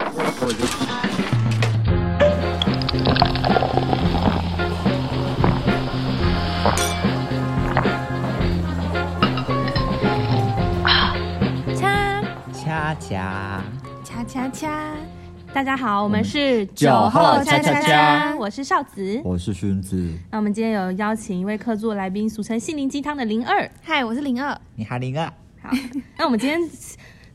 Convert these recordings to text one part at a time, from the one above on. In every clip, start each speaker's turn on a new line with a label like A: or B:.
A: 我就出。
B: 恰
C: 恰恰，
B: 恰恰恰，大家好，我们是
C: 九号恰恰恰
B: 我是少子。
C: 我是勋子，
B: 那我们今天有邀请一位客座来宾，俗称心灵鸡汤的零二。
D: 嗨，我是零二，
C: 你还零啊？
B: 好，那我们今天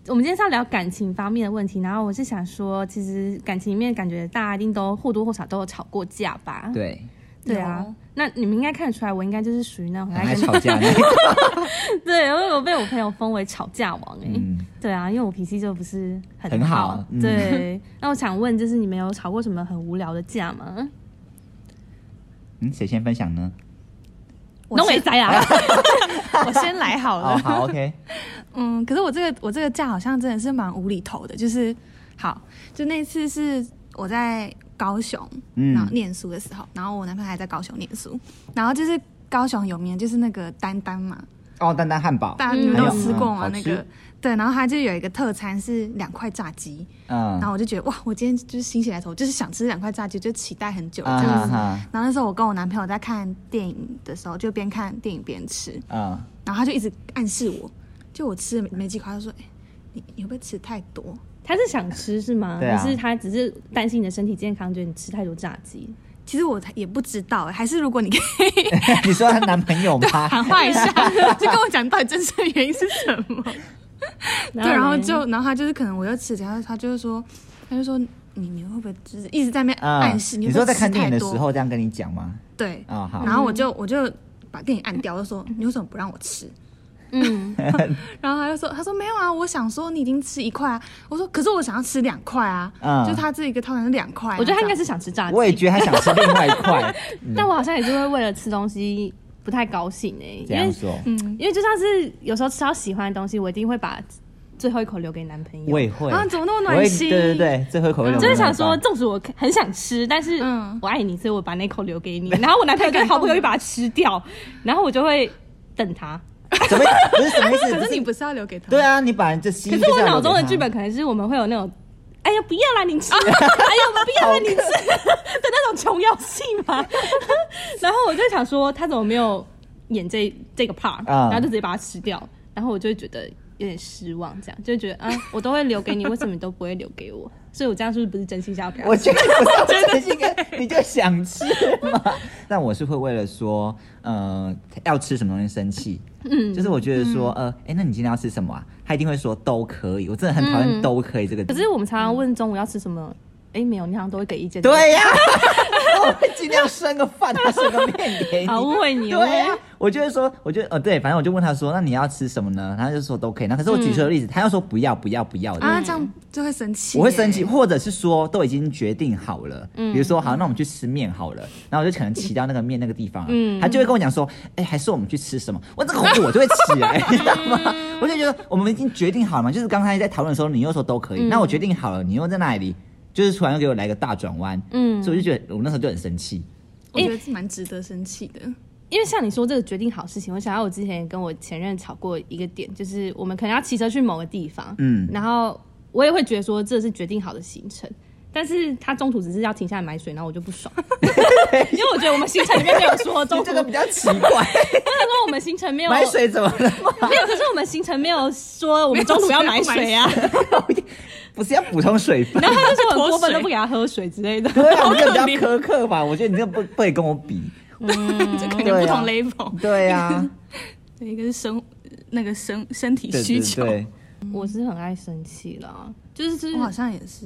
B: 我们今天是要聊感情方面的问题，然后我是想说，其实感情里面感觉大家一定都或多或少都有吵过架吧？
C: 对，
B: 对啊
D: 有，
B: 那你们应该看得出来，我应该就是属于那种很
C: 很
B: 爱
C: 爱
B: 跟
C: 吵架那个。
B: 对，因为我被我朋友封为吵架王哎、
C: 嗯，
B: 对啊，因为我脾气就不是很
C: 很
B: 好。
C: 好嗯
B: 对，那我想问，就是你们有吵过什么很无聊的架吗？
C: 嗯，谁先分享呢？
D: 我
B: 弄
D: 先
B: 没在啊？
D: 我先来好
C: 哦，
D: 了。
C: 好，OK，
D: 嗯，可是我这个我这个架好像真的是蛮无厘头的，就是好，就那次是我在高雄，
C: 嗯
D: 然后念书的时候，然后我男朋友还在高雄念书，然后就是高雄有名的就是那个丹丹嘛，
C: 哦，丹丹汉堡，
D: 大家你们
B: 嗯
D: 都有吃过
C: 好
D: 吗？那
C: 吃
D: 个对，然后他就有一个特餐是两块炸鸡，
C: 嗯
D: 然后我就觉得哇，我今天就是心血来潮，就是想吃两块炸鸡，就期待很久
C: 啊
D: 这样
C: 哈
D: 子。
C: 哈，
D: 然后那时候我跟我男朋友在看电影的时候，就边看电影边吃，
C: 嗯，
D: 然后他就一直暗示我，就我吃了没几块，他说：“哎、你你会不会吃太多
B: 他是想吃是吗？
C: 对啊
B: 还是他只是担心你的身体健康，觉得你吃太多炸鸡？？”
D: 其实我也不知道、还是如果你可以
C: 你说她男朋 友吗？
D: 喊话 一下，就跟我讲到底真正原因是什么。对，然后
B: 呢
D: 就然后他就是可能我又吃，然后他就是说，他就说你你会不会就是一直在那边
C: 嗯
D: 暗示、你
C: 你
D: 会不
C: 说
D: 会
C: 在
D: 吃太
C: 看
D: 多？嗯
C: 电影的时候这样跟你讲吗？
D: 对，
C: 哦，好，
D: 然后我就我就把电影按掉，我就说你为什么不让我吃？
B: 嗯，
D: 然后他就说：“他说没有啊，我想说你已经吃一块啊。”我说：“可是我想要吃两块啊。
C: 嗯
D: 就他这一个套餐是两块啊、
B: 我觉得他应该
D: 是
B: 是想吃炸鸡。
C: 我也觉得她想吃另外一块，
B: 但我好像也是会为了吃东西不太高兴哎、
C: 这
B: 因
C: 样
B: 为
C: 说，
D: 嗯，
B: 因为就像是有时候吃到喜欢的东西，我一定会把最后一口留给男朋友。
C: 我也会，
D: 啊，怎么那么
C: 我会
D: 暖心？
C: 对对对，最后一口味
B: 就是想说，纵使我很想吃，但是
D: 嗯
B: 我爱你，所以我把那口留给你。然后我男朋友就会好不容易把它吃掉，然后我就会等他。
C: 怎么不是什么意思？
D: 哦 可
C: 不
D: 是你不是要留给他？
C: 对啊，你把这心
B: 可
C: 就是要
B: 我
C: 留
B: 脑中
C: 给
B: 的
C: 她
B: 剧本可能是我们会有那种，哎呀不要啦，你吃，哎呀不要啦，你吃的那种琼瑶戏 嘛。然后我就想说，他怎么没有演这这个 part，
C: 啊
B: 然后就直接把它吃掉，然后我就会觉得有点失望，这样就会觉得啊，我都会留给你，为什么你都不会留给我？所以我这样是不是不是真心想要表达？
C: 我觉得不是真心跟你就想吃嘛。 但我是会为了说，呃，要吃什么东西生气。嗯，就是我觉得说，呃，哎、那你今天要吃什么啊？他一定会说都可以。我真的很讨
B: 嗯
C: 厌“都可以”这个字。
B: 可是我们常常问中午要吃什么，哎，没有，你好像都会给意见。
C: 对啊呀、 我会尽量生个饭，他生个面给你。哦
B: 好误会你，
C: 对呀、
B: 误会
C: 我就会说，我就呃对，反正我就问他说，那你要吃什么呢？他就说都可以。那可是我举出的例子，他又说不要不要不要的。
D: 啊，这样就会生气耶。
C: 我会生气，或者是说都已经决定好了，比如说好，那我们去吃面好了，然后我就可能骑到那个面那个地方啊，他就会跟我讲说，哎、还是我们去吃什么？我这个火我就会起来，你知道吗？我就觉得我们已经决定好了嘛，就是刚才在讨论的时候，你又说都可以，那我决定好了，你又在那里，就是突然又给我来个大转弯，
B: 嗯
C: 所以我就觉得我那时候就很生气，
D: 我觉得是蛮值得生气的。
B: 因为像你说这个决定好事情，我想到我之前也跟我前任吵过一个点，就是我们可能要骑车去某个地方，
C: 嗯
B: 然后我也会觉得说这是决定好的行程。但是他中途只是要停下来买水，然后我就不 爽，因为我觉得我们行程里面没有说中
C: 你
B: 途，
C: 这
B: 他
C: 个比较奇怪，
B: 说我们行程没有
C: 买水怎么了 吗？
B: 没有，可是我们行程没有说我们中途要买水啊，
C: 不是要补充水分
B: 然？ 后他就说我过分都不给他喝水之类的，
C: 对啊，你这个比较苛刻吧？我觉得你这个不不可以跟我比。
D: 这可能不同
C: 对
D: level，
C: 对啊，
D: 对，一个是生那个生身体
C: 对
D: 需
C: 对
D: 求，
C: 对。
B: 我是很爱生气啦，就是就是
D: 我好像也是。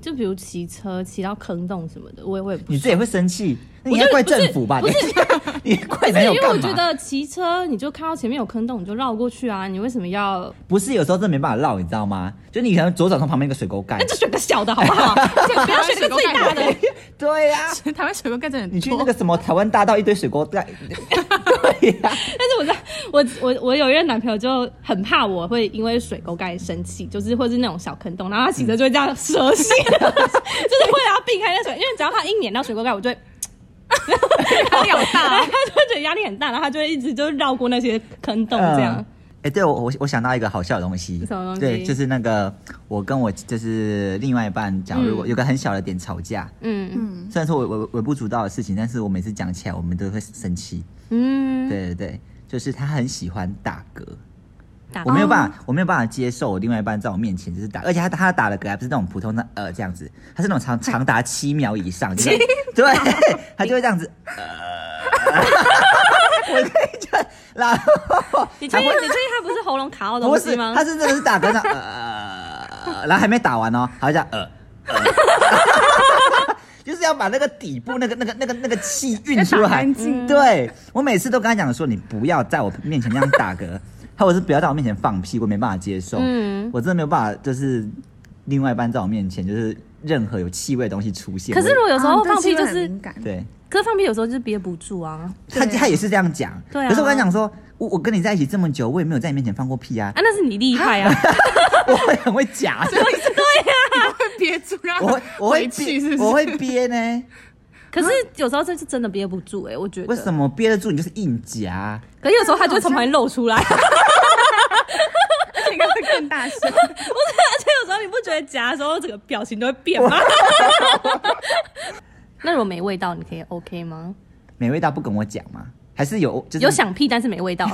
B: 就比如骑车骑到坑洞什么的，我也会不
C: 你自己会生气，那你
B: 我
C: 要
B: 就
C: 怪政府吧？
B: 不是
C: 你你怪
B: 是
C: 男
B: 因
C: 友
B: 为我
C: 干
B: 觉
C: 嘛？
B: 得骑车你就看到前面有坑洞你就绕过去啊，你为什么 要？
C: 不是，有时候真的没办法绕，你知道吗？就你可能左转从旁边一个水沟盖
B: 那，就选个小的好不 好？就不要选个最大的。
C: 对呀、
D: 台湾水沟盖真的很
C: 你去那
D: 多，
C: 个什么台湾大道一堆水沟 盖，对呀、
B: 但是我在我我我有一任男朋友就很怕我会因为水沟盖生气，就是或是那种小坑洞，然后他骑车就会这样蛇形， 就是会要避开那水，因为只要他一碾到水沟盖，我啊就会。
D: 压力好大
B: 然后他就会觉得压力很大，然后他就会一直就绕过那些坑洞这样。
C: 哎、对我我我想到一个好笑的东西，
B: 什么东西
C: 对，就是那个我跟我就是另外一半讲，如果有个很小的点吵架，
B: 嗯
D: 嗯，
C: 虽然说我我微不足道的事情，但是我每次讲起来，我们都会生气。
B: 嗯，
C: 对对对，就是他很喜欢打嗝，
B: 打
C: 我没有办法，我没有办法接受我另外一半在我面前就是打，而且他他打的嗝还不是那种普通的呃这样子，他是那种长长达七秒以上，就是对， 他就会这样子，呃，我可以就然后
B: 你确定你确定啊他不是喉咙卡到
C: 不
B: 东
C: 是
B: 西吗？
C: 他是真的是打嗝 的，呃，然后还没打完哦，他就这样呃。呃 就是要把那个底部那个那个那个那个气运出
D: 要打
C: 来，
D: 干净
C: 对我每次都跟他讲说，你不要在我面前那样打嗝，或者是不要在我面前放屁，我没办法接受。
B: 嗯
C: 我真的没有办法，就是另外一半在我面前，就是任何有气味的东西出现。
B: 可是如
C: 我
B: 果有时
D: 啊
B: 候
D: 对
B: 放屁
D: 气
B: 就
D: 味很
B: 是，
D: 敏感
C: 也对
B: 可是放屁有时候就是憋不住啊
C: 他
D: 对
C: 他也是这样讲，
B: 对啊
C: 可是我跟他讲说，我我跟你在一起这么久，我也没有在你面前放过屁啊
B: 啊，，那是你厉害啊，
C: 我会很会 夹，
D: 会憋住， 然
C: 我
D: 后
C: 会我会
D: 回去，是
C: 憋，
D: 不是？
C: 我会憋呢。
B: 可是有时候这是真的憋不住哎，我觉得
C: 为什？么憋得住？你就是硬夹，
B: 可是有时候他就会从旁边露出 来，
D: 应该会更大声。
B: 不是，而且有时候你不觉得夹的时候整个表情都会 变吗？那如果没味道，你可以 OK 吗？
C: 没味道不跟我讲吗？还是有就是
B: 有想屁，但是没味道。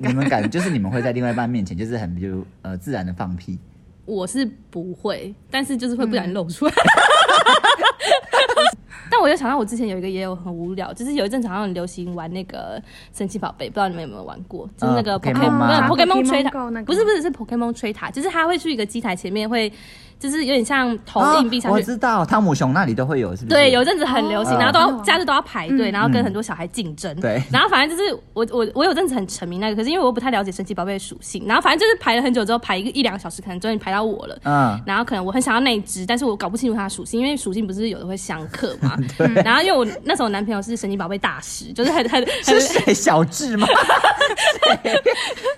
C: 你 们感就是你们会在另外一半面前就是很就呃自然的放屁，
B: 我是不会，但是就是会不然露出来。嗯 但我又想到，我之前有一个也有很无聊，就是有一阵子好像很流行玩那个神奇宝贝，不知道你们有没有玩过？就是那个
C: 呃
B: Pokemon，
C: Pokemon 吗
B: 没有
C: 啊
B: Pokemon
D: Pokemon
B: 吹塔
D: Go 那个吗，
B: 不是不是是 Pokemon 吹塔，就是它会去一个机台前面，会就是有点像投硬币
C: 哦
B: 上
C: 我
B: 去，
C: 知道汤姆熊那里都会有，是不是？
B: 对，有一阵子很流行，
C: 哦
B: 然后都
D: 嗯
B: 要家里都要排队，然后跟很多小孩竞争。
C: 对
B: 然后反正就是我我我有阵子很沉迷那个，可是因为我不太了解神奇宝贝的属性，然后反正就是排了很久之后，排一个一两个小时，可能终于排到我了。
C: 嗯，
B: 然后可能我很想要那一只，但是我搞不清楚它的属性，因为属性不是有的会相克嘛。然后因为我那时候我男朋友是神奇宝贝大师， 就是很很很
C: 是谁小智吗？谁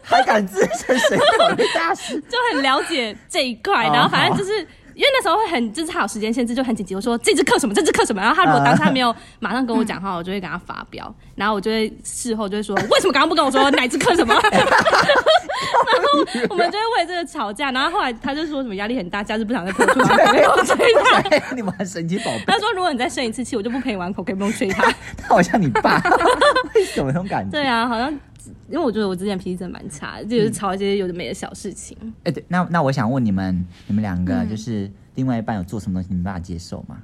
C: 还敢自称谁宝贝大 师？
B: 就很了解这一块，
C: 哦
B: 然后反正就是。因为那时候会很，就是他有时间限制，就很紧急。我说这只课什么，这只课什么。然后他如果当下没有马上跟我讲话，我就会给他发飙。然后我就会事后就会说，为什么刚刚不跟我说哪只课什么？ 然后我们就会为这个吵架。然后后来他就说什么压力很大，下次不想再陪我出去玩 Pokemon 吹他。
C: 对，你玩神奇宝贝，
B: 他说如果你再生一次气，我就不陪你玩 Pokemon 吹他。
C: 他好像你爸，为什么那种感觉？
B: 对啊，好像因为我觉得我之前脾气真的蛮差的，就是吵一些有的没的小事情。
C: 哎、对，那那我想问你们，你们两
B: 嗯
C: 个就是另外一半有做什么东西你们没办法接受 吗？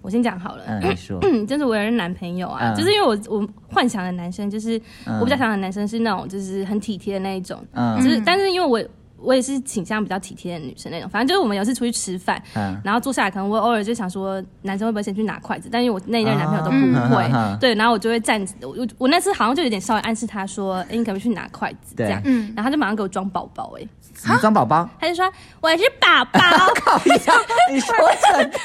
B: 我先讲好了，
C: 嗯，你说，
B: 嗯，就是我有任男朋友啊，
C: 嗯
B: 就是因为我我幻想的男生就是、
C: 嗯
B: 我比较想的男生是那种就是很体贴的那一种，
C: 嗯
B: 就是但是因为我我也是倾向比较体贴的女生那种，反正就是我们有一次出去吃饭，
C: 嗯
B: 然后坐下来可能我偶尔就想说男生会不会先去拿筷子，但因为我那一任男朋友都不会，
C: 啊嗯
B: 对，然后我就会站，我我我那次好像就有点稍微暗示他说，哎、你可不可以去拿筷子
C: 对
B: 这样，
D: 嗯
B: 然后他就马上给我装宝宝、哎，
C: 你装宝 宝，
B: 他就说我是宝 宝，
C: 靠呀，你说真 的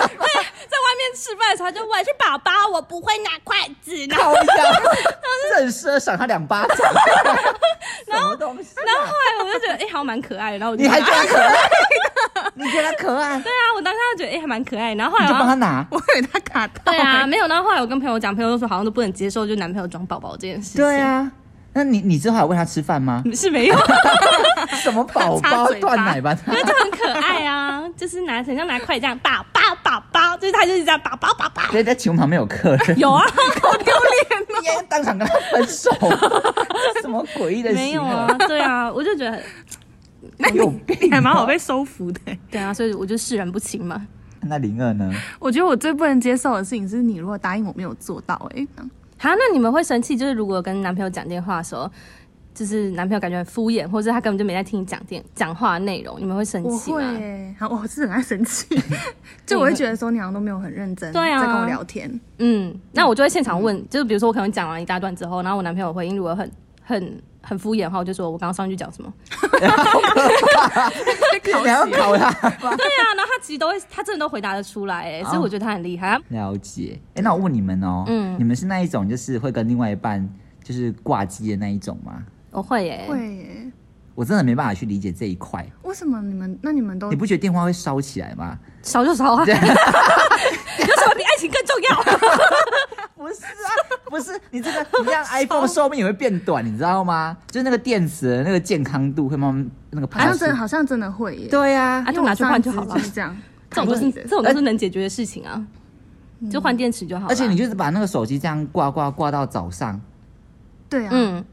B: 在外面吃饭的时候他就我是宝宝，我不会拿筷子，然 后
C: 靠呀，正式赏他两 巴掌，什么东西啊？
B: 然后后来我就觉得，哎、好像蛮可爱的。然后我就
C: 你还
B: 拿
C: 觉得他可 爱？你觉得他可爱？
B: 对
C: 你
B: 啊，我当时就觉得，哎、还蛮可爱的。然后后来
C: 就
B: 我
C: 帮他拿。
D: 我以为他卡到。欸
B: 对啊，，没有。然后后来我跟朋友讲，朋友都说好像都不能接受，就男朋友装宝宝这件事情。
C: 对，啊，那你你之后还喂他吃饭 吗？
B: 是没有，
C: 什么宝
D: 插
C: 宝
D: 嘴巴
C: 断奶吧？
B: 因为就很可爱啊， 就是拿很像拿筷子这样，宝宝宝宝，就是他就是这样宝宝宝宝。
C: 所以在琴旁边有客人，
B: 有啊，
C: 你还当场跟他分 手，什么诡异的
B: 没
C: 行
B: 有啊
C: 为？，
B: 对啊，我就觉得很
D: 那你
C: 有病
D: 你还蛮好被收服的。欸
B: 对啊，所以我就释然不清嘛。
C: 那灵儿呢？
D: 我觉得我最不能接受的事情是你如果答应我没有做到，哎，
B: 好，那你们会生气，就是如果跟男朋友讲电话的时候，就是男朋友感觉很敷衍，或者是他根本就没在听你讲电讲话的内容，你们会生
D: 我
B: 气
D: 会
B: 吗？
D: 欸，好，我是很爱生 气，就我会觉得说你好像都没有很认真，
B: 对啊
D: 在跟我聊 天，
B: 嗯，那我就会现场问，就是比如说我可能讲完一大段之后，然后我男朋友回应如果很很很敷衍的话，我就说我刚刚上一句讲什么？
C: 你还要考他？
B: 对啊，然后他其实都会，他真的都回答得出来，哎，所以我觉得他很厉害。
C: 了解。哎、那我问你们哦、
B: 嗯
C: 你们是那一种就是会跟另外一半就是挂机的那一种吗？
B: 我会耶，
D: 会欸，
C: 我真的没办法去理解这一块。
D: 为什么你们那你们都
C: 你不觉得电话会烧 起来吗？
B: 少就少啊，有什么比爱情更重要？
C: 不是，是啊， 不是你这个， 你这样 iPhone 寿命也会变短，你知道吗？就是那个电池的那个健康度会慢慢那个
D: 好
C: 爬
D: 像
C: 树
D: 真。的好像真的会耶，
C: 对呀、
B: 啊
D: 因为
B: 就拿
D: 我
B: 去换就
D: 上次
B: 好了
D: 是这样，
B: 这种都是
D: 扛
B: 这
D: 着
B: 种都是能解决的事情啊，就换电池就好了。
C: 而且你就是把那个手机这样挂挂挂到早上，
D: 对啊，
B: 嗯，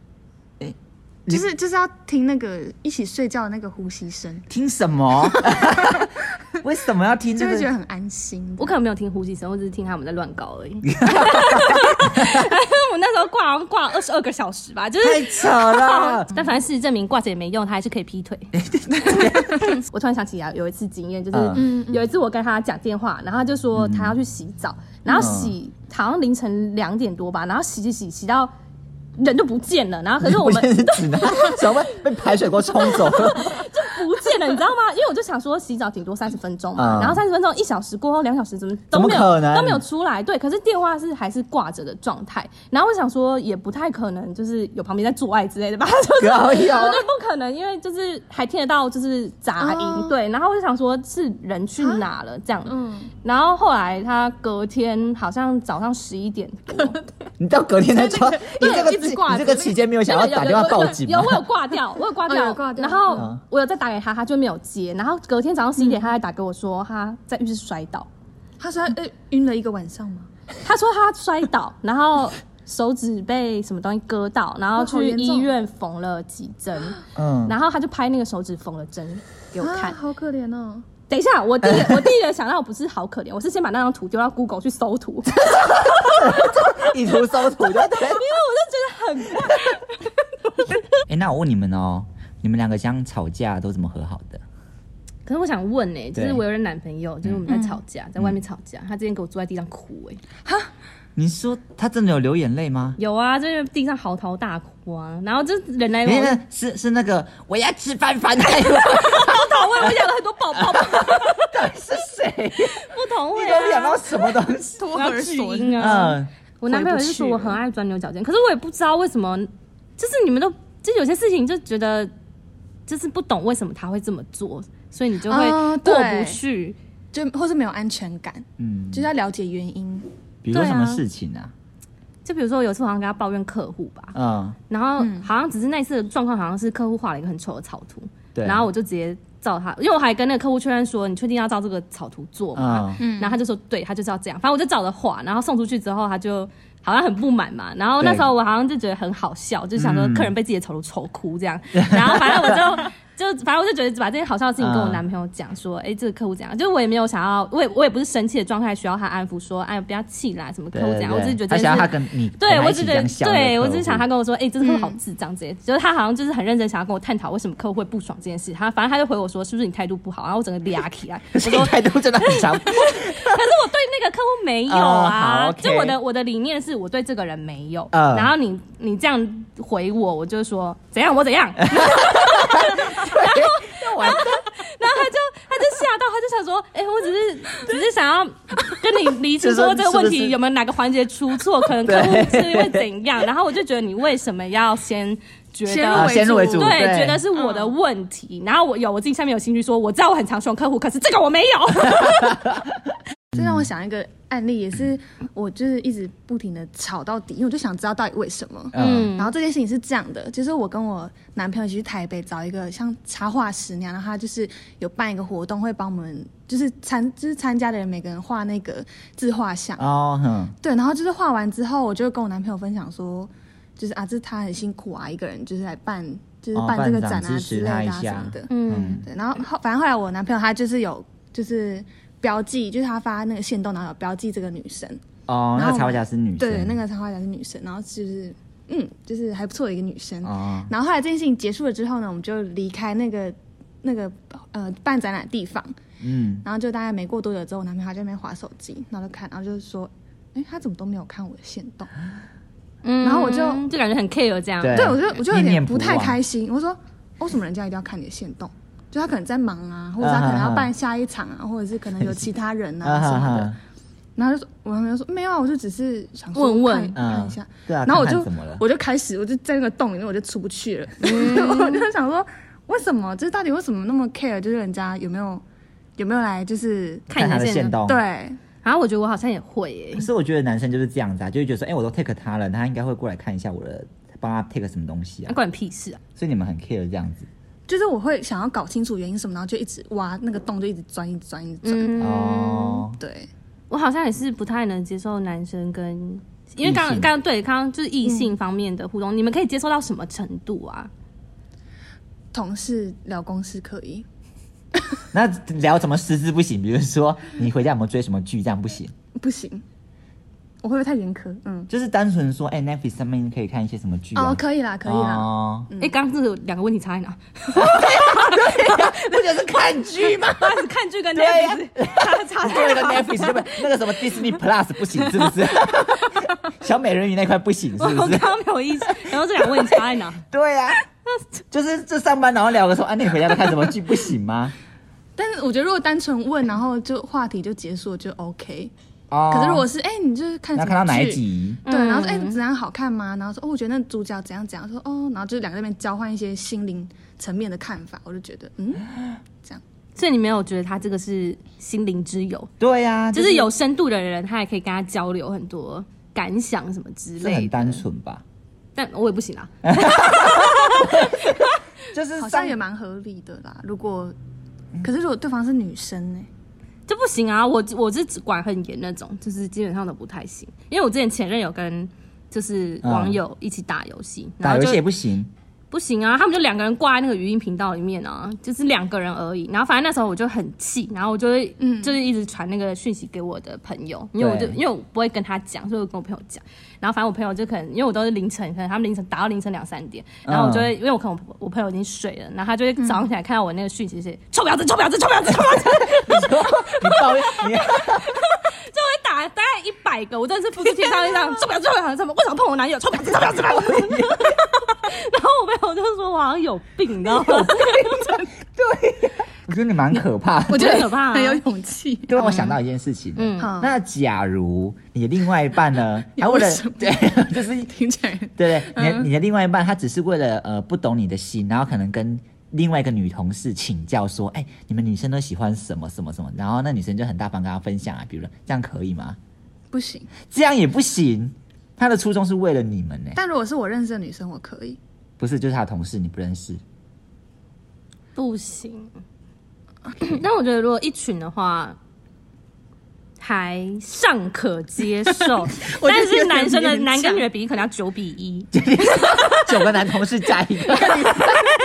C: 你
D: 就是就是要听那个一起睡觉的那个呼吸声，
C: 听什么？ 为什么要听这
D: 就会觉得
C: 个？
D: 很安心。
B: 我可能没有听呼吸声，我只是听他们在乱搞 而已。我那时候挂好像挂二十二个小时吧，就是啊
C: 太 扯了！
B: 但反正事实证明挂着也没用，他还是可以 劈腿。我突然想起来有一次经验，就是
D: 嗯
B: 有一次我跟他讲电话，然后他就说他要去洗澡，
C: 嗯
B: 然后洗好像凌晨两点多吧，然后洗洗洗洗到人就不见了，然后可是我 们
C: 不是只能小妹被排水沟冲走了，
B: 不见了，你知道吗？因为我就想说洗澡顶多三十分钟嘛，
C: 嗯
B: 然后三十分钟一小时过后两小时怎么都没有
C: 怎么可能
B: 都没有出来，对，可是电话是还是挂着的状态，然后我想说也不太可能就是有旁边在做爱 之类的吧，就是
C: 高
B: 我
C: 腰
B: 就不可能，因为就是还听得到就是杂音，
D: 哦
B: 对。然后我就想说，是人去哪了这样。
D: 嗯，
B: 然后后来他隔天好像早上十一点多，
C: 你到隔天再装，你
B: 对
C: 这个
B: 一直
C: 期
B: 挂
C: 你
B: 着
C: 这个期间没有想要打电话报警
B: 有
C: 吗
B: 有？我有挂掉，我有挂掉，
D: 哦有挂掉
B: 然后
C: 嗯
B: 我有再打给他，他就没有接。然后隔天早上十一点，他还打给我说他在浴室摔倒，
D: 他说呃晕了一个晚上吗？
B: 他说他摔倒，然后手指被什么东西割到，然后
D: 哇好
B: 去
D: 严重
B: 医院缝了几针，
C: 嗯，
B: 然后他就拍那个手指缝了针给我看
D: 啊。好可怜哦。
B: 等一下，我第一我第一个想到不是好可怜，我是先把那张图丢到 Google 去 搜图，因
C: 以图搜图就对。
B: 为我就觉得很
C: 哎，那我问你们哦，你们两个相吵架都怎么和好的？
B: 可是我想问呢、就是
C: 对嗯
B: 我有人男朋友，就是我们在吵架，在外面吵架，他之前给我坐在地上哭、欸，
C: 你说他真的有流眼泪吗？
B: 有啊，就是地上嚎啕大哭啊，然后就是人来
C: 哎，
B: 我
C: 那是是那个我要吃饭饭的，
B: 不同位，我养了很多宝宝，
C: 到底是谁？
B: 不同
C: 你
B: 位
C: 都养
B: 啊
C: 到，什么东西？
D: 托
B: 然后巨婴啊，
C: 嗯，
B: 我男朋友就说我很爱钻牛角尖，可是我也不知道为什么，就是你们都就有些事情就觉得就是不懂为什么他会这么做，所以你就会
C: 啊
D: 哦
B: 过不
D: 对
B: 去。
D: 就或是没有安全感，
C: 嗯
D: 就是要了解原因。
C: 比如说
B: 对啊
C: 什么事情啊？
B: 就比如说有一次我好像跟他抱怨客户吧，
C: 嗯，
B: 然后好像只是那一次的状况好像是客户画了一个很丑的草图，
C: 对。
B: 然后我就直接照他，因为我还跟那个客户确认说你确定要照这个草图做吗？
D: 嗯
B: 然后他就说对，他就是要这样，反正我就照着画，然后送出去之后他就。好像很不满嘛，然后那时候我好像就觉得很好笑，就想说
C: 嗯
B: 客人被自己的丑图丑 哭这样，然后反正我就就反正我就觉得把这件好笑的事情跟我
C: 嗯
B: 男朋友讲说，哎、这个客户怎样，就是我也没有想要，我也我也不是生气的状态，需要他安抚说，哎，不要气啦，什么客
C: 对
B: 户
C: 对
B: 怎
C: 对
B: 样，我只是觉得
C: 他
B: 这件
C: 想要
B: 事
C: 他跟你，
B: 对，我只觉得，对我只是
C: 是
B: 想 他跟我说，哎、真的会好智
C: 嗯
B: 障之类的，就是他好像就是很认真想要跟我探讨为什么客户会不爽这件事。他反正他就回我说，是不是你态度不好？然后我整个嗲起来，
C: 可是你态度真的很差，
B: 可是我对那个客户没有啊，
C: 哦好，OK
B: 就我的我的理念是我对这个人没有，
C: 嗯
B: 然后你你这样回我，我就说怎样我怎 样，然后
C: 完
B: 然后他就他就吓到，他就想说，哎、我只是只是想要跟你厘清说这
C: 就
B: 个问
C: 是说是不
B: 题
C: 是
B: 有没有哪个环节出错，可能客户是会怎样，然后我就觉得你为什么要先觉得
D: 先
C: 啊先入为主，
B: 对，觉得是我的问题。然后我有我自己下面有兴趣说，我知道我很常凶客户，可是这个我没有。
D: 这让我想一个案例，也是我就是一直不停的吵到底，因为我就想知道到底为什么。
C: 嗯，
D: 然后这件事情是这样的，就是我跟我男朋友一起去台北找一个像插画师那样，然后他就是有办一个活动，会帮我们就是参就是参加的人每个人画那个自画像。
C: 哦，哼，
D: 对，然后就是画完之后，我就跟我男朋友分享说，就是啊，这他很辛苦啊，一个人就是来办，就是
C: 哦
D: 办这个
C: 办
D: 展
C: 展
D: 啊
C: 支
D: 之
C: 持
D: 类的、
C: 他一
D: 啊、什
C: 下
D: 么的。
B: 嗯，
D: 对，然后后反正后来我男朋友他就是有就是标记，就是他发那个线动，然后有标记这个女生，
C: 哦，那
D: 然后
C: 个插画家是女生，
D: 对，那个插画家是女生，然后就是嗯，就是还不错的一个女生。
C: 哦，
D: 然后后来这件事情结束了之后呢，我们就离开那个那个呃办展览地方，
C: 嗯，
D: 然后就大概没过多久之后，我男朋友他就在那边划手机，然后就看，然后就是说，哎，他怎么都没有看我的线动？
B: 嗯
D: 然后我就
B: 就感觉很 care 这样。
C: 对
D: 对我就我就有
C: 念念
D: 点
C: 不
D: 不太
C: 忘
D: 开心，我说为什么人家一定要看你的线动？就他可能在忙啊，或者是他
C: 啊哈
D: 可
C: 哈
D: 能要办下一场啊，或者是可能有其他 人
C: 啊
D: 啊什么
C: 哈
D: 的
C: 哈。，
D: 然后就说，我男朋友说没有啊，我就只是想说
B: 问
D: 看
B: 问
C: 嗯
D: 看一下。
C: 对啊，
D: 然后我
C: 看看
D: 就
C: 怎么了？
D: 我就开始我就在那个洞里面我就出不去了，
B: 嗯
D: 我就想说为什么？就是到底为什么那么 care？就是人家有没有有没有来就是
B: 看一
C: 他
B: 下
C: 的
B: 线
C: 线
B: 动
D: 对。
C: 动，
B: 然后我觉得我好像也会耶、
C: 可是我觉得男生就是这样子啊，就会觉得说，哎、我都 take 他了，他应该会过来看一下我的，帮他 take 什么东西
B: 那
C: 啊。
B: 关你屁事啊！
C: 所以你们很 care 这样子。
D: 就是我会想要搞清楚原因是什么，然后就一直挖那个洞，就一直钻，一直钻，一直钻。
B: 嗯
C: 哦，
D: 对，
B: 我好像也是不太能接受男生跟，因为刚
C: 异性嗯
B: 刚刚对刚刚就是异性方面的互动，你们可以接受到什么程度啊？
D: 同事聊公司可以，
C: 那聊什么私事不行？比如说你回家有没有追什么剧，这样不行。
D: 不行，我会不会太严苛？嗯，
C: 就是单纯说，哎、n e t f l i x 上面可以看一些什么剧啊？
D: 哦，可以啦，可以啦。
C: 哦，
B: 哎、刚刚这个两个问题差在 哪？
C: 不就是看 剧吗？
B: 他是看剧跟
C: 对呀
B: Netflix 差差
C: 做
B: 在
C: 一个
B: 哪？
C: Netflix 就不那个什么 Disney Plus 不行，是不 是？小美人鱼那块不行，
B: 我
C: 是不
B: 我刚
C: 是？
D: 哦
B: 刚没有意识，然后这两个问题差在 哪？
C: 对呀、就是这上班然后聊个说，啊，那你回家都看什么剧不行吗？
D: 但是我觉得如果单纯问，然后就话题就结束就 OK。
C: 哦
D: 可是如果是哎、你就是看什
C: 你要
D: 么
C: 看到哪一
D: 剧
C: 集？
D: 对，
B: 嗯
D: 然后说哎、怎样好看吗？然后说哦，我觉得那主角怎样怎样，说哦，然后就是两个在那边交换一些心灵层面的看法，我就觉得 嗯，
B: 所以你没有觉得他这个是心灵之友，
C: 对啊呀、
B: 就是有深度的人，他也可以跟他交流很多感想什么之
C: 这很
B: 类的。
C: 单纯吧？
B: 但我也不行啊，
C: 就是
D: 好
C: 上
D: 像也蛮合理的啦。如果
C: 嗯
D: 可是如果对方是女生呢、
B: 这不行啊！我我是只管很严那种，就是基本上都不太行。因为我之前前任有跟就是网友一起打游戏，然
C: 嗯打
B: 后
C: 游戏也
B: 就
C: 不行，
B: 不行啊，他们就两个人挂在那个语音频道里面啊，就是两个人而已。然后反正那时候我就很气，然后我就会、就是一直传那个讯息给我的朋友，因为我就
C: 对
B: 因为我不会跟他讲，所以我跟我朋友讲。然后反正我朋友就可能因为我都是凌晨，可能他们凌晨打到凌晨两三点，然后我就会、
C: 嗯
B: 因为我可能我我朋友已经睡了，然后他就会早上起来看到我那个讯息是臭婊子，臭婊子，臭婊子，臭婊子。
C: 你说 你抱怨你
B: 就会打大概一百个，我真的是复制贴上一张，臭婊子，臭婊子，什么？为什么碰我男友？臭 婊子，臭婊子，臭婊
C: 啊
B: 子。然后我朋友就说我好像有病，你知道吗？
C: 我觉得你蛮可怕的。
D: 我觉得
B: 很可怕啊
D: 很有勇气。
C: 就让我想到一件事情，嗯，
D: 好
C: 那假如你的另外一 半呢，他为
D: 为
C: 了
D: 什么嗯
C: 对，啊 就是
D: 听起来
C: 对对，你的、你的另外一半他只是为了呃不懂你的心，然后可能跟另外一个女同事请教说，哎、你们女生都喜欢什么什么什么，然后那女生就很大方跟他分享啊，比如说这样可以吗？
D: 不行，
C: 这样也不行，他的初衷是为了你们呢、
D: 但如果是我认识的女生，我可以。
C: 不是就是他的同事你不认识，
B: 不行。但我觉得如果一群的话，还尚可接 受，
D: 我觉得
B: 但是男生的
D: 有点勉强
B: 男跟女的比例可能要九比一。
C: 九个男同事加 一个，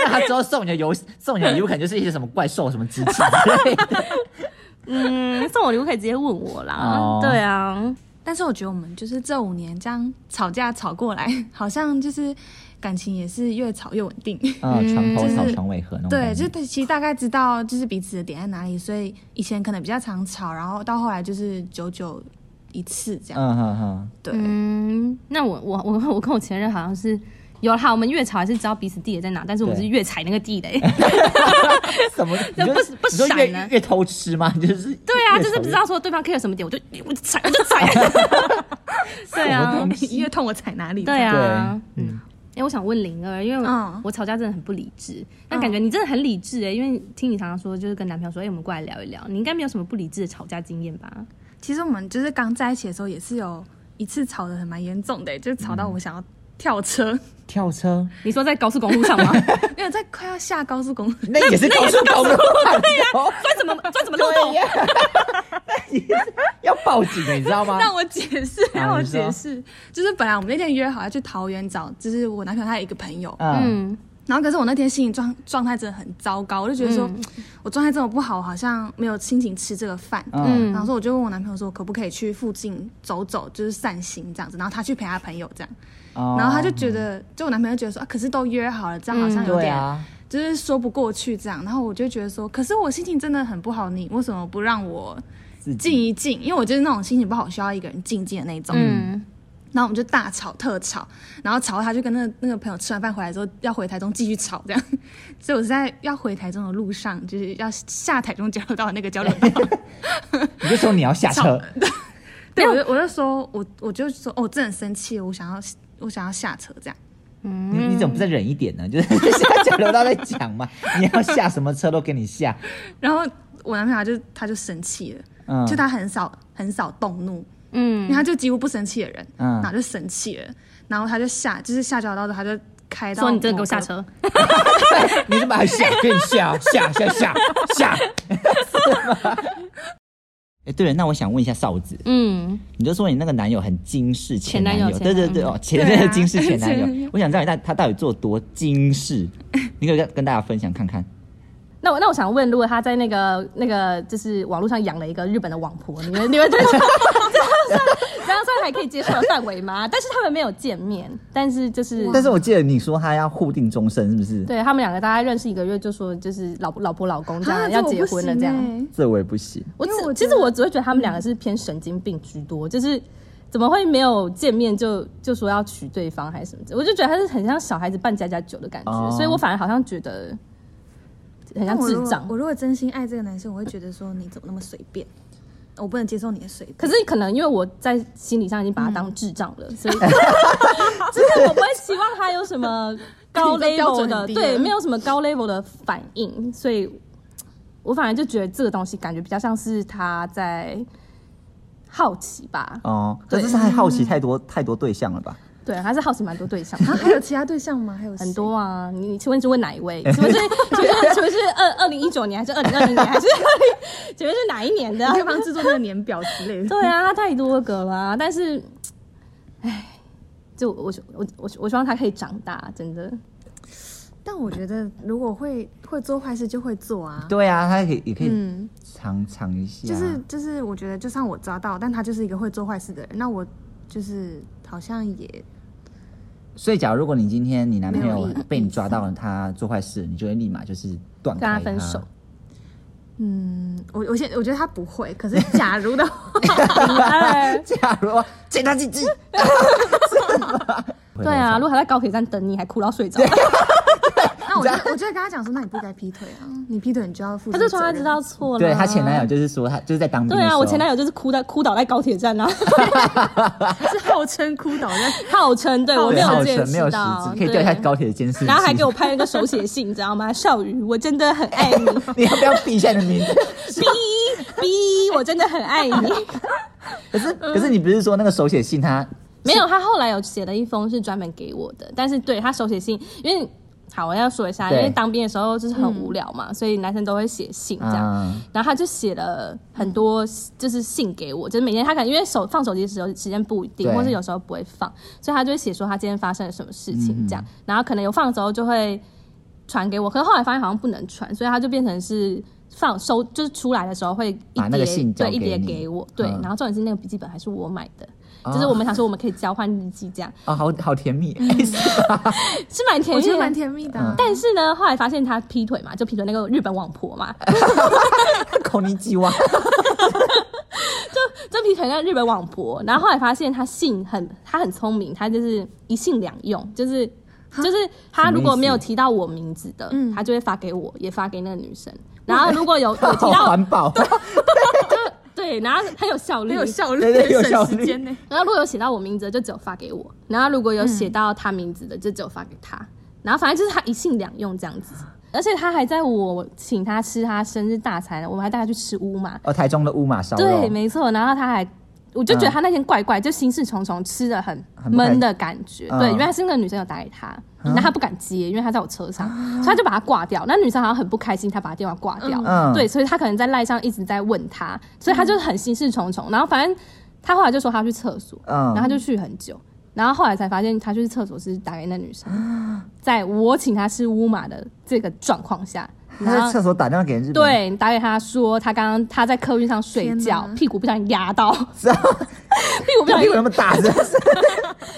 C: 那他之后送你的游送你的礼物可能就是一些什么怪兽什么机器之类的，
B: 嗯，送我礼物可以直接问我啦。
C: 哦
B: 对啊，
D: 但是我觉得我们就是这五年这样吵架吵过来，好像就是感情也是越吵越稳定。
C: 嗯，床头
D: 就
C: 吵
D: 是
C: 床尾和那种
D: 对，
C: 感
D: 就
C: 觉。
D: 是其实大概知道就是彼此的点在哪里，所以以前可能比较常吵，然后到后来就是久久一次这样。
C: 嗯哼 哼，
D: 对，
B: 嗯，那我我我我跟我前任好像是有啦，我们越吵还是知道彼此地雷在哪，但是我们
C: 对
B: 是越踩那个地雷。
C: 什么？你
B: 不
C: 就是
B: 不
C: 你说
B: 闪
C: 越
B: 呢
C: 越偷吃吗？你就是
B: 对啊，
C: 越
B: 就是
C: 吵
B: 不
C: 越
B: 知道说对方 care 什么点，我就我就踩我就踩。 对
C: 什么
B: 啊
C: 东，
D: 越痛我踩哪里？
B: 对啊，
C: 对
B: 嗯。哎、我想问灵儿，因为我,、
D: 嗯
B: 吵架真的很不理智，但感觉你真的很理智哎、因为听你常常说，就是跟男朋友说，哎、我们过来聊一聊，你应该没有什么不理智的吵架经验吧？
D: 其实我们就是刚在一起的时候也是有一次吵得很蛮严重的，就吵到我想要跳车，
C: 跳车，
B: 你说在高速公路 上吗？钻
D: 因为在快要下高速公路，
C: 那也是高速公路，对呀，
B: 什么钻什么漏
C: 对
B: 洞？
C: 呀，那也是要报警的，你知道吗？
D: 让我解释，
C: 啊
D: 让我
C: 你说
D: 解释，就是本来我们那天约好要去桃园找，就是我男朋友他有一个朋友，
C: 嗯，
B: 嗯，
D: 然后可是我那天心理状状态真的很糟糕，我就觉得说、我状态这么不好，我好像没有心情吃这个饭。
C: 嗯
D: 然后说我就问我男朋友说，可不可以去附近走走，就是散心这样子。然后他去陪他朋友这样，
C: 然
D: 然后他就觉得，就我男朋友觉得说，啊，可是都约好了，这样好像有
C: 对
D: 点、
C: 啊，
D: 就是说不过去这样。然后我就觉得说，可是我心情真的很不好，你为什么不让我
C: 自
D: 静
C: 己
D: 一静？因为我就是那种心情不好需要一个人静静的那种。
B: 嗯，
D: 然后我们就大吵特吵，然后吵到他就跟那个那个朋友吃完饭回来之后要回台中继续吵这样， 所以我是在要回台中的路上，就是要下台中交流道的那个交流道，
C: 你就说你要下车，
D: 对，我就我就说我我就说哦，我真的很生气，我想要我想要下车这样，
C: 你你怎么不再忍一点呢？就是 下交流道在讲嘛，你要下什么车都给你下，
D: 然后我男朋友他就他就生气了，
C: 嗯
D: 就他很少很少动怒，因为
B: 嗯，
D: 他就几乎不生气的人，
C: 嗯
D: 然后就生气了，然后他就下就是下交道的时候，他就开到
B: 说你真的给我下
D: 某个
B: 车，
C: 你怎么还下？给你下下下下下。 哎，对了，那我想问一下哨子，
B: 嗯，
C: 你就说你那个男友很惊世前男
B: 前男友
C: 对对对
B: 前男友
C: 哦，前
D: 对 啊
C: 惊世前男
D: 前男
C: 友
D: 友，
C: 我想知道你他他到底做多惊 世，你可以跟跟大家分享看看。
B: 那我那我想问，如果他在那个那个就是网络上养了一个日本的网婆，你们你 们觉得这样算这样算还可以接受的范围吗？但是他们没有见面，但是就是
C: 但是我记得你说他要互定终身，是不是？
B: 对他们两个大概认识一个月，就说就是老婆老婆老公这样、
D: 啊
B: 要
D: 这我
B: 结
D: 不
B: 婚了
D: 行
B: 这样。
D: 欸
C: 这我也不行。
B: 我
D: 因为
B: 只
D: 我觉
B: 其实
D: 得嗯
B: 我只会觉得他们两个是偏神经病居多，就是怎么会没有见面就就说要娶对方还是什么之类？我就觉得他是很像小孩子扮家家酒的感觉，
C: 哦
B: 所以我反而好像觉得很像
D: 但我
B: 智
D: 如果
B: 障
D: 我。如果真心爱这个男生，我会觉得说你怎么那么随便，我不能接受你的随便。
B: 可是可能因为我在心理上已经把他当智障
D: 嗯
B: 了，所以 就是我不会期望他有什么 高
D: 你的标
B: level
D: 准
B: 的，
D: 很低啊
B: 对，
D: 了
B: 没有什么高 level 的反应，所以我反而就觉得这个东西感觉比较像是他在好奇吧，
C: 哦，
B: 对
C: 但是他好奇太
B: 嗯
C: 多太多对象了吧？
B: 对，他是好奇蛮多 对象的。
D: 啊，还有其他对象吗？还有谁
B: 很多啊，你你请问是问哪一位？请 问是请问是请问是二二零一九年还是二零二零年还是 请问是哪一年的啊？
D: 你可以帮他制作那个年表之 类的。
B: 对啊，他太多个了啊、但是，唉，就我我我我希望他可以长大，真的。
D: 但我觉得如果会会做坏事就会做啊，
C: 对啊，他可以也可以
D: 嗯，
C: 尝尝一下。
D: 就是就是，我觉得就算我抓到，但他就是一个会做坏事的人，那我就是好像也
C: 所以，假如如果你今天你男朋
D: 没
C: 友
D: 有意义
C: 被你抓到了他做坏事，你就会立马就是断开
B: 跟他分手
D: 嗯，我我现我觉得他不会，可 是假如的话，
B: 哎
C: 假如啊见他几 次，
B: 对啊，如果他在高铁站等你，还哭到睡着，
D: 那我就我就会跟他讲说，那你不该劈腿啊，你劈腿你就要负
B: 他
D: 责。
B: 就从他知，道错了。啊
C: 对他前男友。就是说他就是在当兵的
B: 对
C: 时
B: 啊，
C: 候，
B: 我前男友就是哭在哭倒在高铁站啊，
D: 是号称哭倒在
B: 号称对我没
C: 对
B: 有
C: 号
B: 见
C: 称没有
B: 识
C: 实
B: 到，
C: 质，可以调一下
B: 对
C: 高铁的监视器。
B: 然后还给我拍了个手写信，你知道吗？少宇，我真的很爱你。
C: 你要不要避一下你的名字？
B: B B，我真的很爱你。
C: 可是
B: 嗯
C: 可是你不是说那个手写信他
B: 没有，他后来有写了一封是专门给我的，但是对他手写信，因为好我要说一下，因
C: 对
B: 为当兵的时候就是很无聊嘛，所以男生都会写信这样。
C: 啊？
B: 然后他就写了很多，就是信给我，就是每天他可能因为手放手机的时候时间不一定，
C: 对
B: 或是有时候不会放，所以他就会写说他今天发生了什么事
C: 嗯
B: 情
C: 嗯
B: 这样。然后可能有放的时候就会传给我，可是后来发现好像不能传，所以他就变成是放收，就是出来的时候会一
C: 把
B: 叠
C: 那个信交
B: 对一叠
C: 给你
B: 给我，对。
C: 嗯
B: 然后重点是那个笔记本还是我买的。
C: 哦
B: 就是我们想说，我们可以交换日记，这样
C: 啊，好好甜蜜，
B: 嗯是蛮
C: 哦
B: 甜
D: 我觉
B: 蜜
D: 得蛮
B: 的。
D: 甜蜜的啊、
B: 嗯但是呢，后来发现他劈腿嘛，就劈腿那个日本网婆嘛，
C: 口尼基 哇，
B: 这批腿在日本网博，然后后来发现他性很，他很聪明，他就是一性两用，就是就是他如果没有提到我名字的，
D: 嗯
B: 他就会发给我，也发给那个女生。然后如 果有有提
C: 好
B: 到，
C: 环保，
B: 对，然后很有效率，
D: 很有效率，
C: 对对有
D: 省
C: 效
D: 时
C: 率
D: 间呢。
B: 然后如果有写到我名字的，就只有发给我；然后如果有写到他名字的，就只有发给他。然后反正就是他一性两用这样子，而且他还在我请他吃他生日大餐，我们还带他去吃乌马，
C: 哦，台中的乌马烧
B: 对，
C: 肉，
B: 没错。然后他还，我就觉得他那天怪怪，就心事重重，吃的很闷的感觉。
C: 嗯很不开
B: 对，
C: 嗯
B: 因为他是那个女生有打给他，然后他不敢接，因为他在我车上，
C: 啊
B: 所以他就把他挂掉。那女生好像很不开心，他把电话挂掉。
C: 嗯
B: 对，所以他可能在赖上一直在问他，所以他就是很心事重重。然后反正他后来就说他去厕所，
C: 嗯
B: 然后他就去很久。然后后来才发现，他去厕所是打给那 女生，在我请他吃乌马的这个状况下，
C: 他
B: 然后
C: 在厕所打电话给人日本，，
B: 对，打给他说他刚刚他在客运上睡
D: 天
B: 觉
D: 哪，
B: 屁股不小心 压到，屁
C: 知道吗
B: 股不小
C: 屁
B: 心
C: 股那么大，真 的是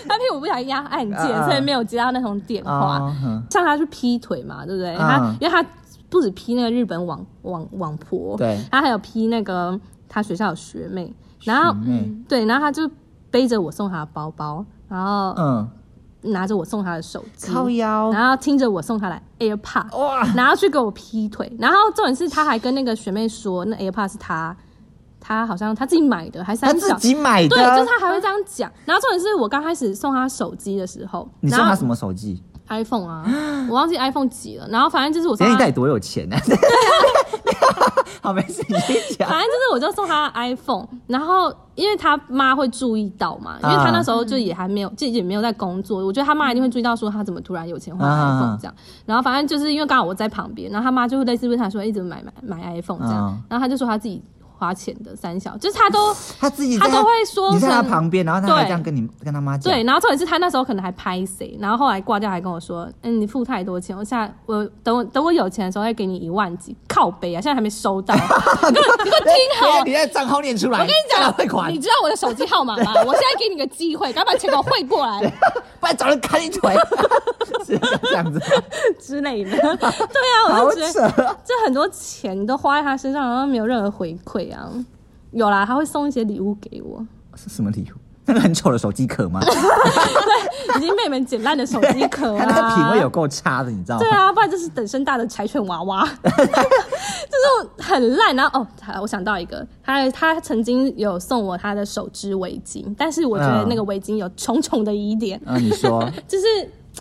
B: 他屁股不小心压按键，
C: 啊啊
B: 所以没有接到那通电话
C: 哦。嗯
B: 像他去劈腿嘛，对不对？
C: 嗯
B: 他因为他不止劈那个日本网网网婆，
C: 对
B: 他还有劈那个他学校的学妹，然后
C: 学妹
B: 嗯对，然后他就背着我送他的包包，然后
C: 嗯，
B: 拿着我送他的手机，
C: 靠腰
B: 然后听着我送他的 AirPod，
C: 哇，
B: 然后去给我劈腿，然后重点是他还跟那个学妹说，那 AirPod 是他，他好像他自己买的，还
C: 他
B: 三
C: 自
B: 小，
C: 己买的，
B: 对，就是他还会这样讲。然后重点是我刚开始送他手机的时候，
C: 你送
B: 然
C: 他
B: 后
C: 什么手机？
B: iPhone 啊，我忘记 iPhone 几了，然后反正就是我
C: 等
B: 送
C: 一下你到
B: 他
C: 底多有钱呢、 好，没事，你先讲
B: 反。正就是我就送他 iPhone，然后因为他妈会注意到嘛，因为他那时候就也还没有，自己也没有在工作，我觉得他妈一定会注意到说他怎么突然有钱换
C: 啊
B: iPhone 这样。然后反正就是因为刚好我在旁边，然后他妈就会类似问他说，一直买买买 iPhone 这样
C: 嗯，
B: 然后他就说他自己花钱的三小，就是他都。
C: 他自己在
B: 他都会说
C: 你在他
B: 成
C: 旁边，然后他还
B: 对
C: 这样跟你跟他妈讲，
B: 对，，然后重点是他那时候可能还拍谁，然后后来挂掉还跟我说：“嗯，你付太多钱，我下我等我等我有钱的时候再给你一万几。”靠背啊，现在还没收到。
C: 听好，哎你在账号念出来，我跟
B: 跟你讲，
C: 汇款
B: 你，知道我的手机号码 吗？我现在给你个机会，赶快把钱给我汇过来
C: 不然找人砍你腿， 是这样子吗，
B: 之类的。对啊，
C: 好
B: 我就觉得
C: 扯。
B: 这很多钱都花在他身上，然后没有任何回馈啊。有啦，他会送一些礼物给我，
C: 是什么礼物？那个很丑的手机壳吗？
B: 已经被你们剪烂的手机壳啊。
C: 他 那个品味有够差的，你知道吗
B: 对？啊，不然就是等身大的柴犬娃娃， 就是很烂。然后哦，他我想到一个，他他曾经有送我他的手织围巾，但是我觉得
C: 嗯
B: 那个围巾有重重的疑点，
C: 啊，你说，
B: 就是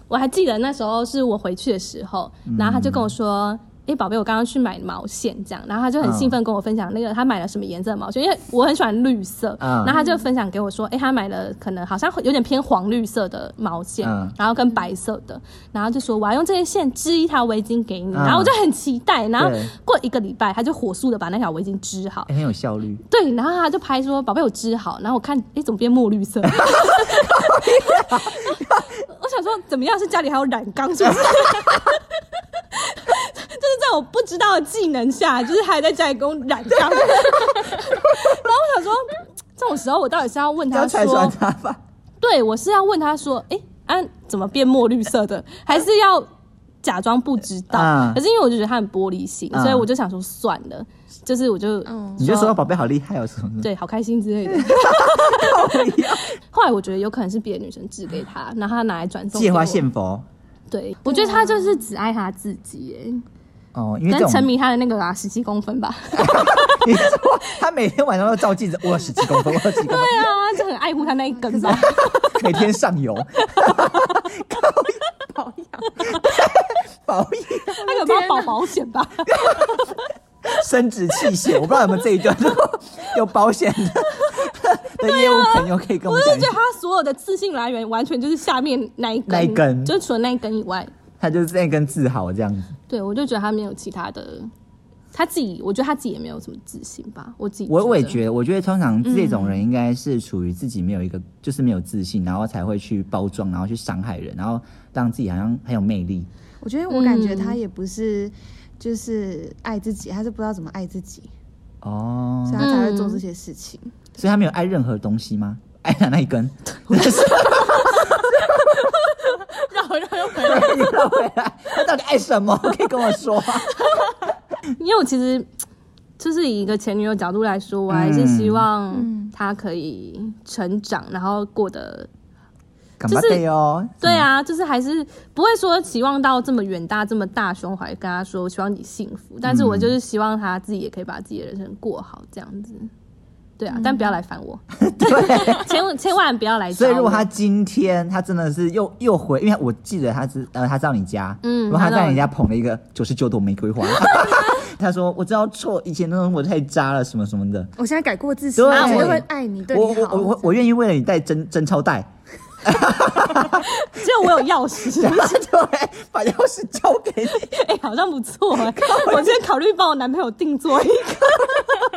B: 我还记得那时候是我回去的时候，
C: 嗯
B: 然后他就跟我说。哎，宝贝，我刚刚去买毛线，这样，然后他就很兴
C: 嗯
B: 奋跟我分享那个他买了什么颜色的毛线，因为我很喜欢绿色，
C: 嗯
B: 然后他就分享给我说，哎，他买了可能好像有点偏黄绿色的毛线，
C: 嗯
B: 然后跟白色的，然后就说我要用这些线织一条围巾给你，
C: 嗯
B: 然后我就很期待，然后
C: 对
B: 过一个礼拜，他就火速的把那条围巾织好，
C: 哎很有效率。
B: 对，然后他就拍说：“宝贝，我织好。”然后我看，哎，怎么变墨绿色？ 我想说，怎么样？是家里还有染缸是不 是？就是在我不知道的技能下，就是还在家里给我染缸。然后 我想说，这种时候我到底是要问
C: 不要
B: 他
C: 拆穿
B: 说，
C: 他吧，
B: 对我是要问他说，哎，啊，怎么变墨绿色 的？还是要假装不知道？
C: 嗯
B: 可是因为我就觉得他很玻璃心，所以
C: 嗯
B: 我就想说算了，就是我就
D: 嗯
C: 你就说宝贝好厉害哦，什么什么，
B: 对，好开心之类的。
C: 嗯
B: 后来我觉得有可能是别的女生寄给他，然后他拿来转送。
C: 借花。献佛
B: 对，我觉得他就是只爱他自己耶，
C: 哦，因为
B: 可
C: 这
B: 能
C: 种
B: 沉迷他的那个啊十七公分吧。
C: 你说他每天晚上都照镜子，我有十几公分，我有几公分，
B: 对啊，就很爱护他那一 根吧。
C: 每天上油，
D: 保养，
C: 保养、
B: 他有帮他保保险吧？
C: 生殖器械，我不知道有没有这一段，如果有保险的的业务朋友可以跟我
B: 啊
C: 们
B: 我就
C: 讲一
B: 觉
C: 下
B: 得，他所有的自信来源完全就是下面那一根，
C: 那一根
B: 就除了那一根以外，
C: 他就是那根自豪这样子。
B: 对我就觉得他没有其他的，他自己我觉得他自己也没有什么自信吧，我自己
C: 我我也
B: 得
C: 觉得，我觉得通常这种人应该是处于自己没有一个，就是没有自信，然后才会去包装，然后去伤害人，然后让自己好像很有魅力。
D: 我觉得我感觉他也不是就是爱自己，他是不知道怎么爱自己，
C: 哦，
D: 所以他才会做这些事情。
C: 所以他没有爱任何东西吗？爱他那一 根，就是
B: 绕绕又回来。
C: 绕回来，他到底爱什么？可以跟我说吗？
B: 因为我其实就是以一个前女友角度来说，我还是
C: 嗯
B: 希望她可以成长，然后过得
C: 嗯干嘛对哦？
B: 对啊，就是还是不会说期望到这么远大、这么大胸怀跟她说，我希望你幸福。但是
C: 嗯
B: 我就是希望她自己也可以把自己的人生过好，这样子。对啊，但不要来烦我，
C: 对。
B: 千千万不要来找
C: 所
B: 我。
C: 以如果他今天他真的是又又回，因为我记得他是呃他到你家，
B: 嗯
C: 然后他
B: 他到
C: 在你家捧了一个九十九朵玫瑰花， 他说我知道错，以前那种我太渣了什么什么的，
D: 我现在改过自新，
C: 对，
D: 我就会爱你，对
C: 我
D: 你
C: 我
D: 好。
C: 我我我愿意为了你带真真钞带，
B: 只有我有钥 匙，
C: 对，把钥匙交给你。
B: 哎、好像不错哎、我今天考虑帮我男朋友定做 一个。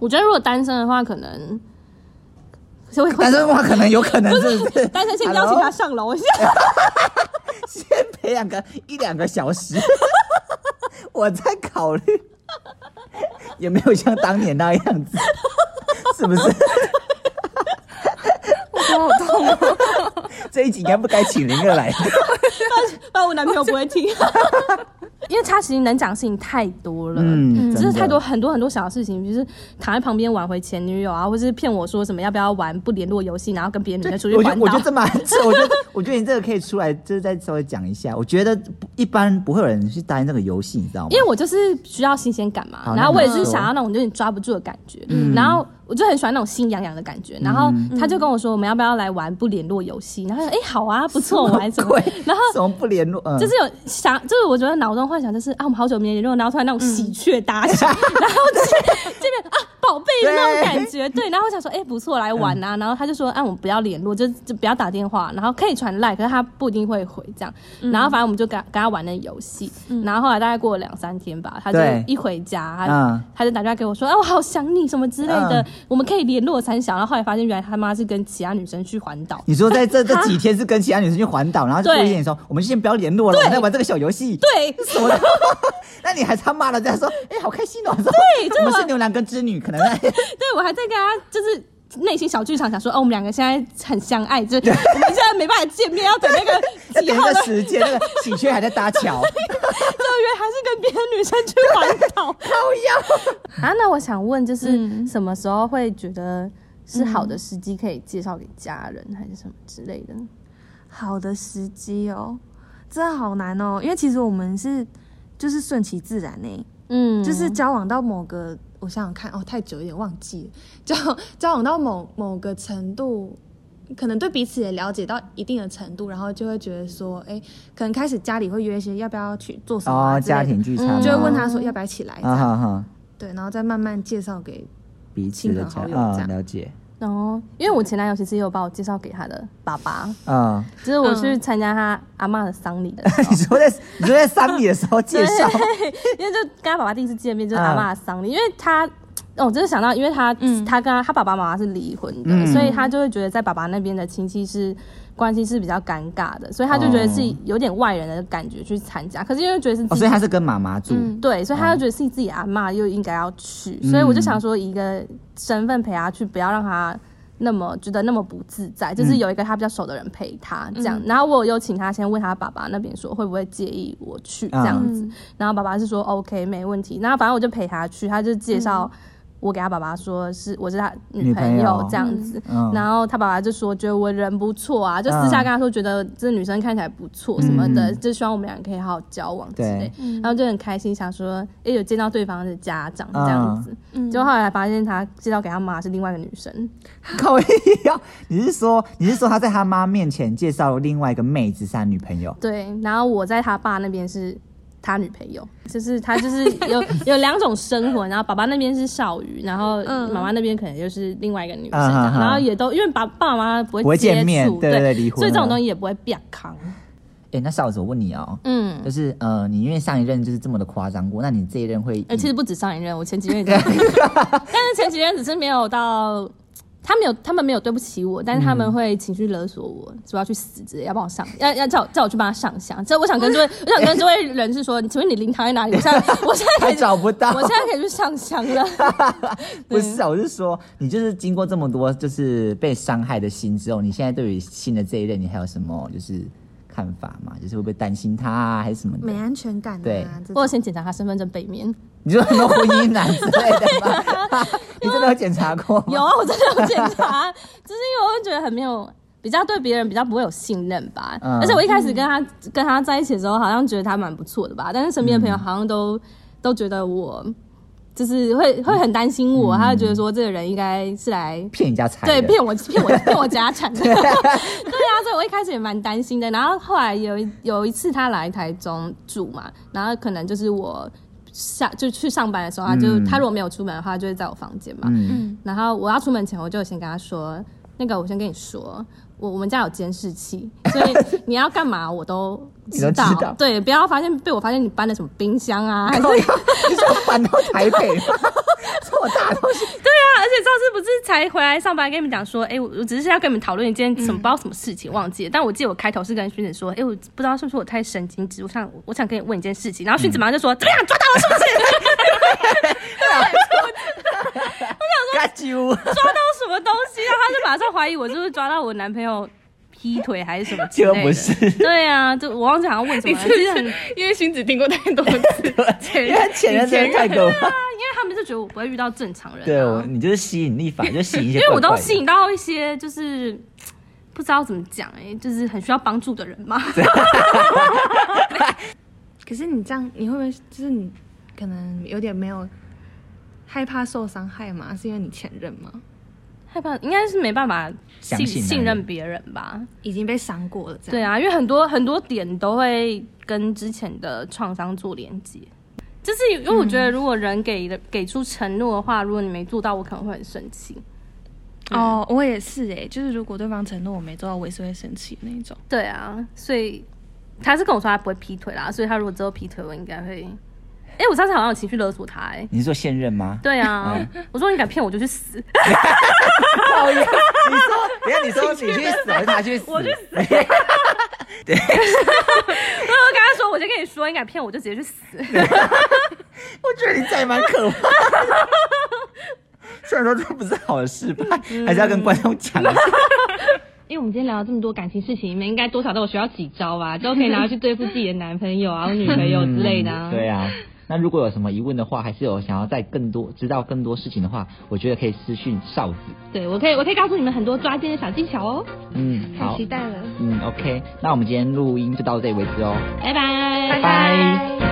B: 我觉得如果单身的话，可能就会
C: 但是我可能有可能是不是
B: 单身先邀请他
C: Hello？
B: 上楼一下。
C: 先陪两个一两个小时， 我在考虑有没有像当年那样子，是不是？
D: 我头好痛哦，
C: 这一集应该不该请林哥来。
B: 不然我男朋友不会听， 因为他其实能讲的事情太多了。
C: 嗯，
B: 就是太
C: 真的
B: 多很多很多小事情，就是躺在旁边挽回前女友啊，或是骗我说什么要不要玩不联络游戏，然后跟别的女生出去
C: 我
B: 环
C: 觉
B: 岛
C: 得。我觉得这蛮，这我觉得我觉得你这个可以出来，就是再稍微讲一下。我觉得一般不会有人去答应这个游戏，你知道吗？
B: 因为我就是需要新鲜感嘛
C: 好，
B: 然后
C: 那
B: 我也
C: 你
B: 是
C: 说嗯
B: 想要那种有点抓不住的感觉，然后
E: 我就很喜欢那种心痒痒的感觉。然后他就跟我说，我们要不要来玩不联络游戏？然后哎、诶好啊，不错，玩什么
C: 鬼？
E: 然后
C: 怎么不联络？嗯
E: 就是有想，就是我觉得脑中幻想就是啊，我们好久没联络，然后突然那种
C: 嗯
E: 喜鹊搭响，然后这这边啊宝贝那种感觉，对，然后我想说，哎、不错，来玩
C: 嗯
E: 啊，然后他就说，啊，我们不要联络，就就不要打电话，然后可以传赖，可是他不一定会回这样，
C: 嗯
E: 然后反正我们就跟他跟他玩那游戏，然后后来大概过了两三天吧，他就
C: 对
E: 一回家，他
C: 嗯
E: 他就打电话给我说，啊，我好想你什么之类的，
C: 嗯
E: 我们可以联络三小，然后后来发现原来他妈是跟其他女生去环岛。
C: 你说在这这几天是跟其他女生去环岛，然后就
E: 对
C: 故意跟你说，我们就先不要联络了，我们在玩这个小游戏。
E: 对，
C: 什么的， 那你还他妈的在说，哎、好开心哦！
E: 对这
C: 我们
E: 个
C: 是牛郎跟织女，可能 在
E: 对，我还在跟他就是内心小剧场，想说哦，我们两个现在很相爱，就是 我们现在没办法见面，要等那个
C: 在
E: 几
C: 等
E: 号
C: 一
E: 的
C: 个 时间，那个喜鹊还在搭桥，
E: 就约，还是跟别的女生去环岛
C: 靠腰。
B: 啊，那我想问，就是
E: 嗯
B: 什么时候会觉得是好的时机可以介绍给家人，还是什么之类的？
D: 好的时机哦，这好难哦，因为其实我们是就是顺其自然呢、
B: 嗯，
D: 就是交往到某个，我想想看，哦，太久有点忘记了，交交往到某某个程度，可能对彼此也了解到一定的程度，然后就会觉得说，哎，可能开始家里会约一些要不要去做什么、啊
C: 哦，
D: 之类的
C: 家庭聚餐吗、
B: 嗯
D: 就会问他说要不要一起来，
C: 啊哈哈，
D: 对，然后再慢慢介绍给，
C: 彼此的
D: 亲
C: 家
D: 朋好友
C: 啊、
D: 这样
C: 了解
B: 然后，哦因为我前男友其实也有把我介绍给他的爸爸，
C: 啊。
B: 就是我
E: 嗯
B: 去参加他阿嬷的丧礼的时候
C: 你说在你说在丧礼的时候介绍，
B: 因为就跟他爸爸第一次见面就是
C: 嗯
B: 阿嬷的丧礼，因为他。哦，我真的想到，因为他、他跟他他爸爸妈妈是离婚的，
C: 嗯
B: 所以他就会觉得在爸爸那边的亲戚是关系是比较尴尬的，所以他就觉得自己有点外人的感觉去参加，可是因为觉得
C: 嗯
B: 是
C: 哦，
B: 自己
C: 所以他是跟妈妈住。
B: 对，所
C: 哦
B: 以他就觉得是自己阿嬷又应该要去，所以我就想说，以一个身份陪他去，不要让他那么觉得那么不自在，
C: 嗯
B: 就是有一个他比较熟的人陪他这样。然后我有请他先问他爸爸那边说会不会介意我去这样子，
C: 嗯
B: 然后爸爸是说 OK 没问题。然后反正我就陪他去，他就介绍我给他爸爸说是我是他女
C: 嗯女
B: 朋
C: 朋
B: 友
C: 友
B: 这样子，
C: 嗯
B: 然后他爸爸就说觉得我人不错啊，就私下跟他说觉得这女生看起来不错什么的，
C: 嗯
B: 就希望我们俩可以好好交往之
C: 对
B: 类。然后就很开心，想说也有见到对方的家长这样子。
D: 嗯
B: 结果后来发现他介绍给他妈是另外一个女生，
C: 靠腰，你是说你是说他在他妈面前介绍另外一个妹子是他女朋友？
B: 对，然后我在他爸那边是他女朋友，就是他就是 有有两种生活，然后爸爸那边是少鱼，然后妈妈那边可能就是另外一个女生这样，
C: 嗯嗯嗯
B: 然后也都因为爸爸爸妈妈不
C: 不
B: 会
C: 会
B: 接
C: 见面
B: 触，
C: 对对对离婚
B: 所以这种
C: 了
B: 东西也不会变康。
C: 哎、那少子，我问你哦，
B: 嗯，
C: 就是呃，你因为上一任就是这么的夸张过，那你这一任会？
B: 呃，其实不止上一任，我前几任也这样，但是前几任只是没有到，他没有，他们没有对不起我，但是他们会情绪勒索我，说要去死之类，要帮我上，要要叫我叫我去帮他上香。这我想跟这位，我想跟这位人士说， 请问你灵堂在哪里？我现在我现在可
C: 还
B: 以，
C: 找不到，
B: 我现嗯在可以去上香了。
C: 不是啊，我是说，你就是经过这么多就是被伤害的心之后，你现在对于新的这一任，你还有什么就是看法吗？就是会不会担心他啊，还是什么
D: 没
C: 的？
D: 安全感
C: 对
D: 啊，这
B: 我有
D: 种
B: 先检查他身份证背面，
C: 你说有没有婚姻难之类的 吗？你真的有检查过吗？
B: 有啊，我真的有检 查，就是因为我会觉得很没有。比较对别人比较不会有信任吧，
C: 嗯
B: 而且我一开始跟他、跟他在一起的时候，好像觉得他蛮不错的吧，但是身边的朋友好像都、都觉得我就是会会很担心我，他就觉得说这个人应该是来
C: 骗人家财嗯的？
B: 对骗我 骗我骗我家产的，对 啊，所以我一开始也蛮担心的。然后后来有一有一次他来台中住嘛，然后可能就是我下就去上班的时候，他就、
C: 嗯
B: 他如果没有出门的话，就会在我房间嘛，
C: 嗯，
B: 然后我要出门前，我就先跟他说，那个我先跟你说，我我们家有监视器， 所以你要干嘛我都知道。
C: 你都知道
B: 对，不要发现被我发现你搬了什么冰 箱啊，还是
C: 靠腰你说搬到台北吗？ 这么大的东 西，
E: 啊而且上次不是才回来上班，跟你们讲说，哎、我我只是要跟你们讨论一件什么、不知道什么事
C: 嗯
E: 情，忘记了。但我记得我开头是跟勋子说，哎、我不知道是不是我太神经质，我想我想跟你问一件事情。然后勋子
C: 嗯
E: 马上就说，怎么样，抓到了是不是？
C: 嘎啾，
E: 抓到什么东西？然后他就马上怀疑我是不是抓到我男朋友劈腿还是什么之
C: 结
E: 类的。
C: 果不是
E: 对啊，就我忘记好像问什么了，其实很
F: 因为荀子听过太多次， 前
C: 因为他前任真的太可怕。
E: 因为他们就觉得我不会遇到正常人、啊，
C: 对，我你就是吸引力法，就吸引一些
E: 因为我
C: 怪怪
E: 都
C: 的
E: 吸引到一些就是不知道怎么讲，哎，就是很需要帮助的人嘛。
D: 可是你这样，你会不会就是你可能有点没有
G: 害怕受伤害吗？是因为你前任吗？
B: 害怕应该是没办法
C: 相
B: 信
C: 信男
B: 信任
C: 人
B: 别人吧？
G: 已经被伤过了，这
B: 对
G: 样。
B: 啊，因为很多很多点都会跟之前的创伤做连接。就是因为我觉
C: 嗯
B: 得，如果人给的、给出承诺的话，如果你没做到，我可能会很生气。
D: 哦，我也是哎、就是如果对方承诺我没做到，我也是会生气的那一种。
B: 对啊，所以他是跟我说他不会劈腿啦，所以他如果之后劈腿，我应该会。哎、我上次好像有情绪勒索他、哎，
C: 你是说现任吗？
B: 对啊，我说你敢骗我就去死，
C: 讨厌！你说，等一下你说你去死还是他去死？我去死！
B: 我就跟他说，我先跟你说，你敢骗我就直接去死。
C: 我觉得你这也蛮可怕的。 虽然说这不是好的示范，还是要跟观众讲一下。
H: 因为我们今天聊了这么多感情事情，你们应该多少都有学到几招 吧，都可以拿去对付自己的男朋友啊、或女朋友之类的、啊
C: 嗯对啊，那如果有什么疑问的话，还是有想要再更多知道更多事情的话，我觉得可以私讯少子。
H: 对我可以，我可以告诉你们很多抓奸的小技巧哦。
C: 嗯，好，
D: 待了。
C: 嗯，OK，那我们今天录音就到这里为止哦，
H: 拜拜，
C: 拜拜